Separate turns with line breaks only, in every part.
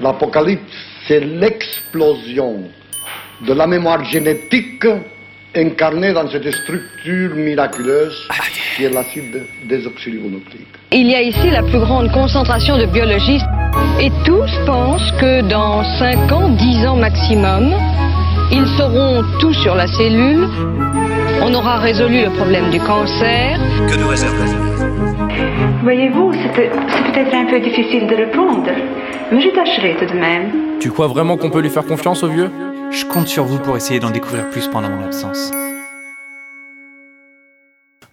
L'Apocalypse, c'est l'explosion de la mémoire génétique incarnée dans cette structure miraculeuse qui est l'acide désoxyribonucléique.
Il y a ici la plus grande concentration de biologistes et tous pensent que dans 5 ans, 10 ans maximum, ils sauront tout sur la cellule. On aura résolu le problème du cancer.
Que nous réserve l'avenir
Voyez-vous, c'est c'est peut-être un peu difficile de répondre, mais je tâcherai tout de même.
Tu crois vraiment qu'on peut lui faire confiance au vieux
Je compte sur vous pour essayer d'en découvrir plus pendant mon absence.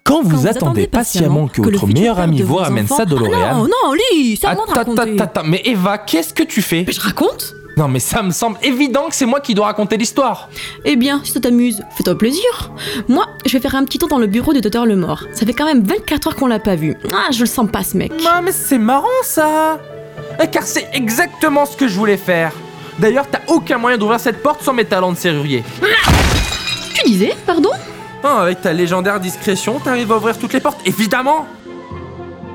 Quand vous attendez patiemment que votre meilleur ami vous ramène sa
Ah Non,
DeLorean...
non, lui, ça demande à
Attends,
raconter.
attends, attends, mais Eva, qu'est-ce que tu fais
Mais je raconte
Non mais ça me semble évident que c'est moi qui dois raconter l'histoire.
Eh bien, si ça t'amuse, fais-toi plaisir. Moi, je vais faire un petit tour dans le bureau du docteur Lemort. Ça fait quand même 24 heures qu'on l'a pas vu. Ah, je le sens pas, ce mec.
Ah, mais c'est marrant ça Eh, Car c'est exactement ce que je voulais faire. D'ailleurs, t'as aucun moyen d'ouvrir cette porte sans mes talents de serrurier.
Tu disais, pardon
Hein, avec ta légendaire discrétion, t'arrives à ouvrir toutes les portes, évidemment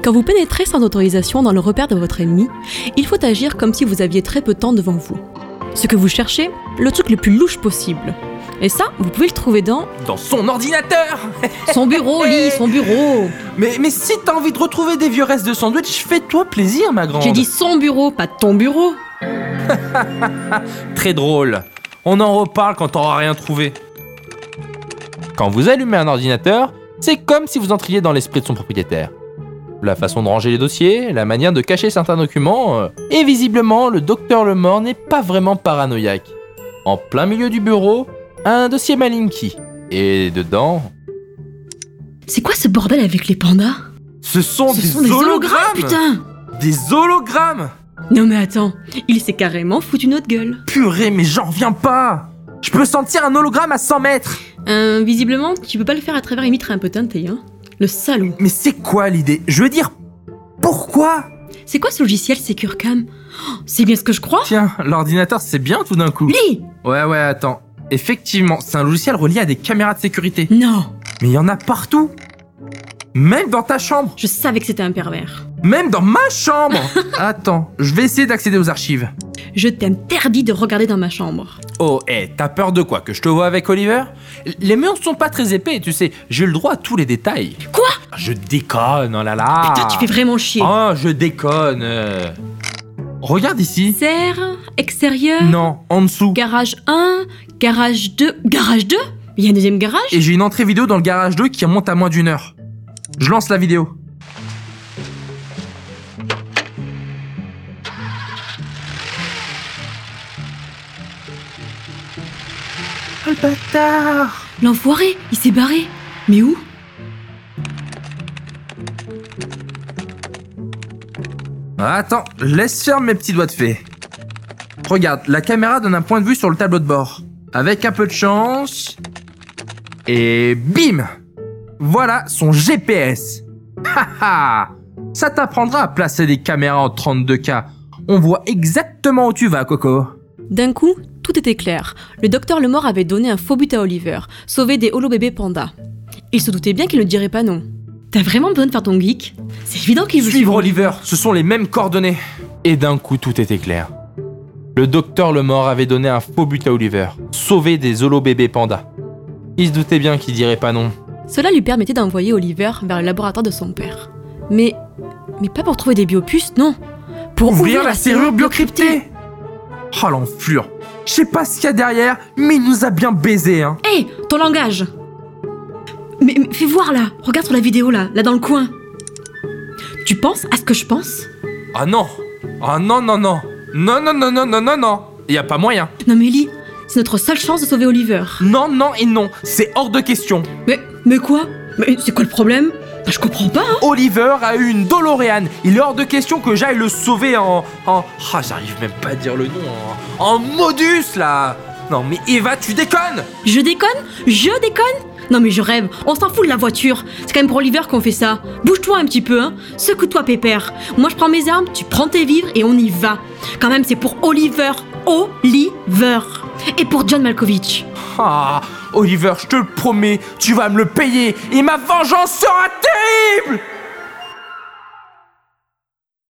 Quand vous pénétrez sans autorisation dans le repère de votre ennemi, il faut agir comme si vous aviez très peu de temps devant vous. Ce que vous cherchez, le truc le plus louche possible. Et ça, vous pouvez le trouver dans
Dans son ordinateur
son bureau, Lee, son bureau.
Mais, mais si t'as envie de retrouver des vieux restes de sandwich, fais-toi plaisir, ma grande
J'ai dit son bureau, pas ton bureau.
Très drôle. On en reparle quand t'auras rien trouvé. Quand vous allumez un ordinateur, c'est comme si vous entriez dans l'esprit de son propriétaire. La façon de ranger les dossiers, la manière de cacher certains documents, euh, et visiblement, le docteur Lemort n'est pas vraiment paranoïaque. En plein milieu du bureau, un dossier Malinky. Et dedans,
C'est quoi ce bordel avec les pandas
ce sont,
Ce
des,
sont des hologrammes, putain
Des hologrammes
Non mais attends, il s'est carrément foutu notre gueule.
Purée, mais j'en reviens pas Je peux sentir un hologramme à 100 mètres
Euh, visiblement, tu peux pas le faire à travers une vitre un peu teintée, hein. Le salaud.
Mais c'est quoi l'idée Je veux dire, pourquoi
C'est quoi ce logiciel SecureCam Oh, C'est bien ce que je crois
Tiens, l'ordinateur c'est bien tout d'un coup.
Lee
Ouais ouais, attends. Effectivement, c'est un logiciel relié à des caméras de sécurité.
Non
Mais il y en a partout Même dans ta chambre
Je savais que c'était un pervers.
Même dans ma chambre Attends, je vais essayer d'accéder aux archives.
Je t'interdis de regarder dans ma chambre.
Oh, hé, t'as peur de quoi Que je te vois avec Oliver Les murs sont pas très épais, tu sais. J'ai le droit à tous les détails.
Quoi
Je déconne, oh là là
Putain, tu fais vraiment chier.
Oh, je déconne euh. Regarde ici.
Serre, extérieur,
Non, en dessous.
garage 1, garage 2... Garage 2 Il y a un deuxième garage
et j'ai une entrée vidéo dans le garage 2 qui remonte à moins d'une heure. Je lance la vidéo. Oh, le bâtard
L'enfoiré, il s'est barré. Mais où
Attends, laisse faire mes petits doigts de fée. Regarde, la caméra donne un point de vue sur le tableau de bord. Avec un peu de chance. Et bim Voilà son GPS. Haha Ça t'apprendra à placer des caméras en 32K. On voit exactement où tu vas, Coco.
D'un coup, tout était clair. Le docteur Lemort avait donné un faux but à Oliver, sauver des holo bébés pandas. Il se doutait bien qu'il ne dirait pas non. T'as vraiment besoin de faire ton geek C'est évident qu'il veut
Suivre Oliver, ce sont les mêmes coordonnées. Et d'un coup, tout était clair. Le docteur Lemort avait donné un faux but à Oliver, sauver des holo bébés pandas. Il se doutait bien qu'il dirait pas non.
Cela lui permettait d'envoyer Oliver vers le laboratoire de son père. Mais. Mais pas pour trouver des biopuces, non Pour
Ouvrir la serrure biocryptée Oh l'enflure Je sais pas ce qu'il y a derrière, mais il nous a bien baisé, hein
Hé Ton langage mais, mais fais voir là Regarde sur la vidéo là, là dans le coin Tu penses à ce que je pense
Ah non Ah non, non, non Non, non, non, non, non, non, non Y a pas moyen
Non mais Ellie, c'est notre seule chance de sauver Oliver
Non, non et non C'est hors de question
Mais, mais quoi Mais c'est quoi le problème Bah, Je comprends pas, hein
Oliver a eu une DeLorean Il est hors de question que j'aille le sauver en... en... Ah, j'arrive même pas à dire le nom En, en modus, là Non mais Eva, tu déconnes
Je déconne Je déconne Non mais je rêve, on s'en fout de la voiture C'est quand même pour Oliver qu'on fait ça Bouge-toi un petit peu, hein Secoue-toi, pépère Moi je prends mes armes, tu prends tes vivres et on y va Quand même, c'est pour Oliver Oliver Et pour John Malkovich
Ah, Oliver, je te le promets, tu vas me le payer et ma vengeance sera terrible